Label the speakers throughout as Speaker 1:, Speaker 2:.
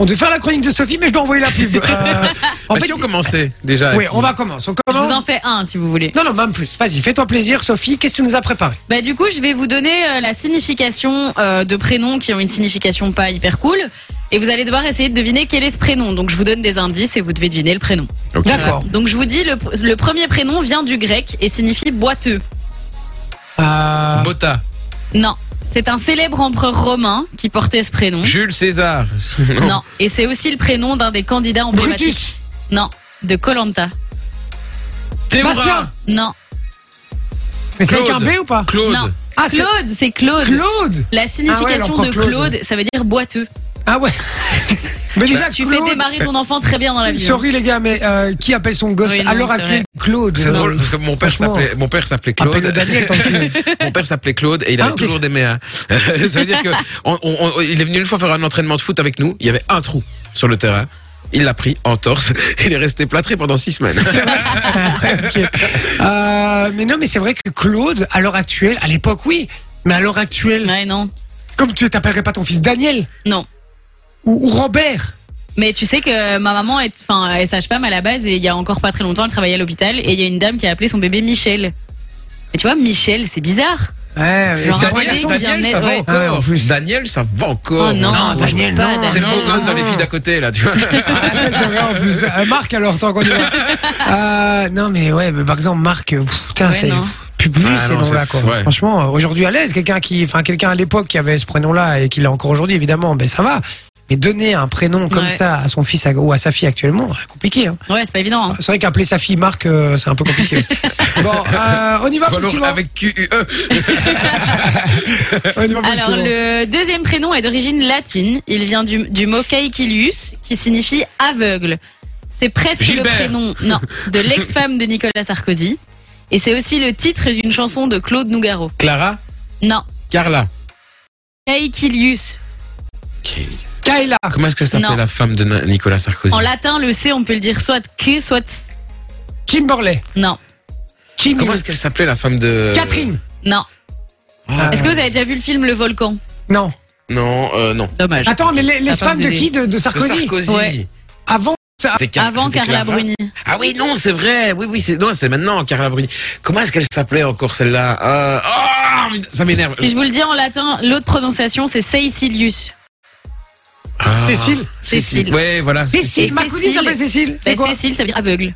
Speaker 1: On devait faire la chronique de Sophie, mais je dois envoyer la pub. Euh, en
Speaker 2: Bah,
Speaker 1: fait,
Speaker 2: si on commençait déjà.
Speaker 1: oui, on va commencer. On
Speaker 3: Je
Speaker 1: commence.
Speaker 3: vous en fais un si vous voulez.
Speaker 1: Non, non, même plus. Vas-y, fais-toi plaisir, Sophie. Qu'est-ce que tu nous as préparé
Speaker 3: Bah du coup, je vais vous donner euh, la signification euh, de prénoms qui ont une signification pas hyper cool. Et vous allez devoir essayer de deviner quel est ce prénom. Donc je vous donne des indices et vous devez deviner le prénom.
Speaker 2: Ok.
Speaker 1: D'accord.
Speaker 3: Donc je vous dis, le, pr- le premier prénom vient du grec et signifie boiteux.
Speaker 1: Euh,
Speaker 2: Botta,
Speaker 3: Non, c'est un célèbre empereur romain qui portait ce prénom.
Speaker 2: Jules César.
Speaker 3: Non, et c'est aussi le prénom d'un des candidats
Speaker 1: Brutus.
Speaker 3: emblématiques. Non, de Colanta.
Speaker 1: Bastien.
Speaker 2: Théodora.
Speaker 3: Non,
Speaker 1: Ah, Mais c'est avec un
Speaker 2: Claude.
Speaker 1: B ou pas
Speaker 2: Claude.
Speaker 3: non.
Speaker 1: Ah, c'est-
Speaker 3: Claude, c'est Claude.
Speaker 1: Claude Ah
Speaker 3: La signification
Speaker 1: l'empereur
Speaker 3: de
Speaker 1: Claude.
Speaker 3: Claude, ça veut dire boiteux.
Speaker 1: Ah ouais. mais déjà,
Speaker 3: Tu
Speaker 1: Claude,
Speaker 3: fais démarrer ton enfant très bien dans la vie. hein.
Speaker 1: Sorry les gars, mais euh, qui appelle son gosse
Speaker 3: Oui,
Speaker 1: à
Speaker 3: non,
Speaker 1: l'heure
Speaker 3: c'est
Speaker 1: actuelle
Speaker 3: vrai.
Speaker 1: Claude
Speaker 2: C'est
Speaker 1: euh,
Speaker 2: drôle parce que mon père
Speaker 1: franchement,
Speaker 2: s'appelait mon père s'appelait
Speaker 1: Appelle-le
Speaker 2: Claude.
Speaker 1: Daniel tant qu'il veut.
Speaker 2: Mon père s'appelait Claude et il
Speaker 1: Ah,
Speaker 2: avait
Speaker 1: ok.
Speaker 2: toujours des méas. ça veut dire que on- on- on- il est venu une fois faire un entraînement de foot avec nous. Il y avait un trou sur le terrain. Il l'a pris en torse. et Il est resté plâtré pendant six semaines.
Speaker 1: Ok. Euh, mais non, mais c'est vrai que Claude, à l'heure actuelle, à l'époque, oui, mais à l'heure actuelle,
Speaker 3: Ouais, non.
Speaker 1: comme tu t'appellerais pas ton fils Daniel
Speaker 3: Non.
Speaker 1: ou, ou Robert.
Speaker 3: Mais tu sais que ma maman est, enfin, est sage-femme à la base et il y a encore pas très longtemps, elle travaillait à l'hôpital et il y a une dame qui a appelé son bébé Michel. Et tu vois, Michel, c'est bizarre.
Speaker 1: Ouais, mais
Speaker 3: Genre
Speaker 1: c'est
Speaker 3: un
Speaker 1: vrai,
Speaker 3: Daniel,
Speaker 1: garçon.
Speaker 3: Daniel,
Speaker 2: Daniel, ça va
Speaker 3: ouais.
Speaker 1: Ouais, en
Speaker 2: encore.
Speaker 1: plus.
Speaker 2: Daniel, ça va encore.
Speaker 3: Oh non,
Speaker 1: non, Daniel,
Speaker 3: pas
Speaker 1: non.
Speaker 2: C'est le
Speaker 3: Daniel,
Speaker 2: beau gosse
Speaker 3: non.
Speaker 2: dans les filles d'à côté, là, tu vois.
Speaker 1: Ouais, c'est vrai en plus. Euh, Marc, alors, tant qu'on y va. Euh, non, mais ouais, mais par exemple, Marc, euh, pff, putain,
Speaker 3: Ouais,
Speaker 1: c'est.
Speaker 3: non.
Speaker 1: Plus, plus
Speaker 2: Ouais,
Speaker 1: ces
Speaker 2: non,
Speaker 1: noms-là,
Speaker 2: c'est-
Speaker 1: quoi.
Speaker 2: ouais.
Speaker 1: Franchement, euh, aujourd'hui à l'aise, quelqu'un qui, enfin, quelqu'un à l'époque qui avait ce prénom-là et qui l'a encore aujourd'hui, évidemment, ben ça va. Mais donner un prénom comme
Speaker 3: Ouais.
Speaker 1: ça à son fils ou à sa fille actuellement, c'est compliqué. Hein.
Speaker 3: Ouais, c'est pas évident. hein.
Speaker 1: C'est vrai qu'appeler sa fille Marc, euh, c'est un peu compliqué. aussi. bon, euh, on y va pour
Speaker 2: Ou
Speaker 1: le
Speaker 2: alors
Speaker 1: suivant.
Speaker 2: avec E. QUE.
Speaker 1: On y va pour le
Speaker 3: Alors,
Speaker 1: suivant.
Speaker 3: le deuxième prénom est d'origine latine. Il vient du, du mot caecilius, qui signifie aveugle. C'est presque
Speaker 2: Gilbert.
Speaker 3: le prénom non, de l'ex-femme de Nicolas Sarkozy. Et c'est aussi le titre d'une chanson de Claude Nougaro.
Speaker 2: Clara,
Speaker 3: Non,
Speaker 2: Carla.
Speaker 3: caecilius.
Speaker 1: Kayla.
Speaker 2: Comment est-ce que s'appelait
Speaker 3: Non.
Speaker 2: la femme de Na- Nicolas Sarkozy
Speaker 3: En latin, le C, on peut le dire soit que, soit.
Speaker 1: Kimberley.
Speaker 3: Non,
Speaker 1: Kim.
Speaker 2: Comment euh, est-ce qu'elle s'appelait la femme de
Speaker 1: Catherine.
Speaker 3: non.
Speaker 2: Ah.
Speaker 3: Est-ce que vous avez déjà vu le film Le Volcan
Speaker 1: Non.
Speaker 2: Non, euh, non.
Speaker 3: Dommage.
Speaker 1: Attends, les, les- les
Speaker 3: Attends,
Speaker 1: femmes
Speaker 3: vous
Speaker 1: de
Speaker 3: avez-
Speaker 1: qui de, de
Speaker 2: De
Speaker 1: Sarkozy.
Speaker 2: Sarkozy.
Speaker 3: Ouais.
Speaker 1: Avant. ça-
Speaker 2: C'était Car-
Speaker 3: Avant
Speaker 2: c'était
Speaker 3: Carla Bruni.
Speaker 2: Ah oui, non, c'est vrai. Oui, oui, c'est non, c'est maintenant Carla Bruni. Comment est-ce qu'elle s'appelait encore celle-là Euh, ah, Ça m'énerve.
Speaker 3: Si je vous le dis en latin, l'autre prononciation, c'est Caecilius.
Speaker 2: Ah.
Speaker 1: Cécile.
Speaker 3: Cécile.
Speaker 2: Ouais, voilà.
Speaker 1: Cécile.
Speaker 3: Et
Speaker 1: Ma
Speaker 3: Cécile.
Speaker 1: cousine s'appelle Cécile. C'est
Speaker 3: Bah,
Speaker 1: quoi
Speaker 3: Cécile, ça veut dire aveugle.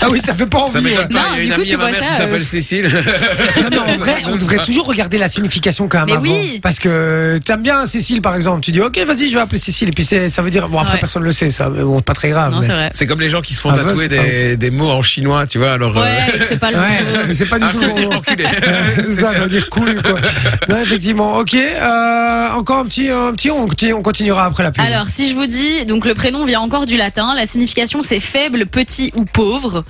Speaker 1: Ah oui, ça fait pas
Speaker 2: Ça
Speaker 1: envie.
Speaker 2: m'étonne pas.
Speaker 3: Non,
Speaker 2: Il y a une
Speaker 3: du coup,
Speaker 2: amie
Speaker 3: tu
Speaker 2: à ma
Speaker 3: vois
Speaker 2: mère
Speaker 3: ça,
Speaker 2: qui
Speaker 3: euh.
Speaker 2: s'appelle Cécile.
Speaker 1: Non, mais en vrai, on devrait toujours regarder la signification quand même
Speaker 3: Mais
Speaker 1: avant.
Speaker 3: oui.
Speaker 1: Parce que euh, t'aimes bien Cécile, par exemple. Tu dis, ok, vas-y, je vais appeler Cécile. Et puis c'est- ça veut dire, bon, après,
Speaker 3: Ouais.
Speaker 1: personne le sait, ça. mais Bon, pas très
Speaker 2: Ah,
Speaker 1: grave.
Speaker 3: Non,
Speaker 1: mais-
Speaker 3: c'est vrai.
Speaker 2: C'est comme les gens qui se font
Speaker 3: Ah,
Speaker 1: Aveugle,
Speaker 2: tatouer
Speaker 1: c'est pas
Speaker 2: des, des mots en chinois, tu vois. Alors. euh,
Speaker 3: Ouais, et que c'est pas le bon mot.
Speaker 1: Ouais, c'est pas du
Speaker 2: Ah,
Speaker 1: tout.
Speaker 2: ça veut dire enculé.
Speaker 1: ça, ça veut dire couille, quoi. Non, effectivement. Ok, euh, encore un petit, un petit, on, continue- on continuera après la pub.
Speaker 3: Alors, si je vous dis, donc le prénom vient encore du latin, la signification c'est faible, petit ou pauvre,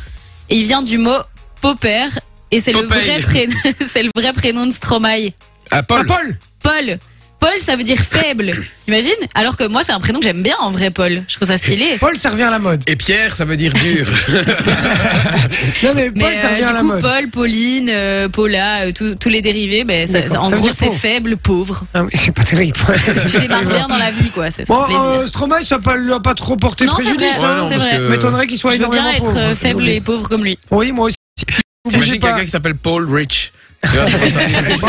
Speaker 3: et il vient du mot pauper, et c'est le,
Speaker 2: Popeye.
Speaker 3: vrai prénom- c'est le vrai prénom de Stromae.
Speaker 2: Ah,
Speaker 1: Ah,
Speaker 2: Paul.
Speaker 1: Paul
Speaker 3: Paul. Paul, ça veut dire faible, t'imagines Alors que moi, c'est un prénom que j'aime bien en vrai, Paul. Je trouve ça stylé.
Speaker 1: Paul, ça revient à la mode.
Speaker 2: Et Pierre, ça veut dire dur.
Speaker 1: Non, mais Paul,
Speaker 3: Mais
Speaker 1: ça
Speaker 3: euh,
Speaker 1: revient à
Speaker 3: du
Speaker 1: la
Speaker 3: coup,
Speaker 1: mode.
Speaker 3: Paul, Pauline, euh, Paula, euh, tous- tous les dérivés, ben, ça-
Speaker 1: D'accord.
Speaker 3: ça- en
Speaker 1: Ça veut
Speaker 3: gros,
Speaker 1: dire
Speaker 3: c'est
Speaker 1: pauvre.
Speaker 3: faible, pauvre.
Speaker 1: Ah, mais c'est pas terrible.
Speaker 3: Tu démarres bien dans la vie, quoi. ça- ça
Speaker 1: Bon,
Speaker 3: fait plaisir.
Speaker 1: euh, Stromae, ça n'a pas, lui a pas trop porté
Speaker 3: Non, c'est
Speaker 1: préjudice.
Speaker 3: vrai.
Speaker 1: hein.
Speaker 3: c'est
Speaker 2: parce
Speaker 3: vrai.
Speaker 2: que-
Speaker 1: M'étonnerait qu'il soit
Speaker 3: je veux
Speaker 1: énormément
Speaker 3: bien être
Speaker 1: pauvre.
Speaker 3: euh, faible et pauvre comme lui.
Speaker 1: Oui, moi aussi. Bougez
Speaker 2: T'imagines
Speaker 1: pas.
Speaker 2: quelqu'un qui s'appelle Paul Rich. Tu vois, c'est pas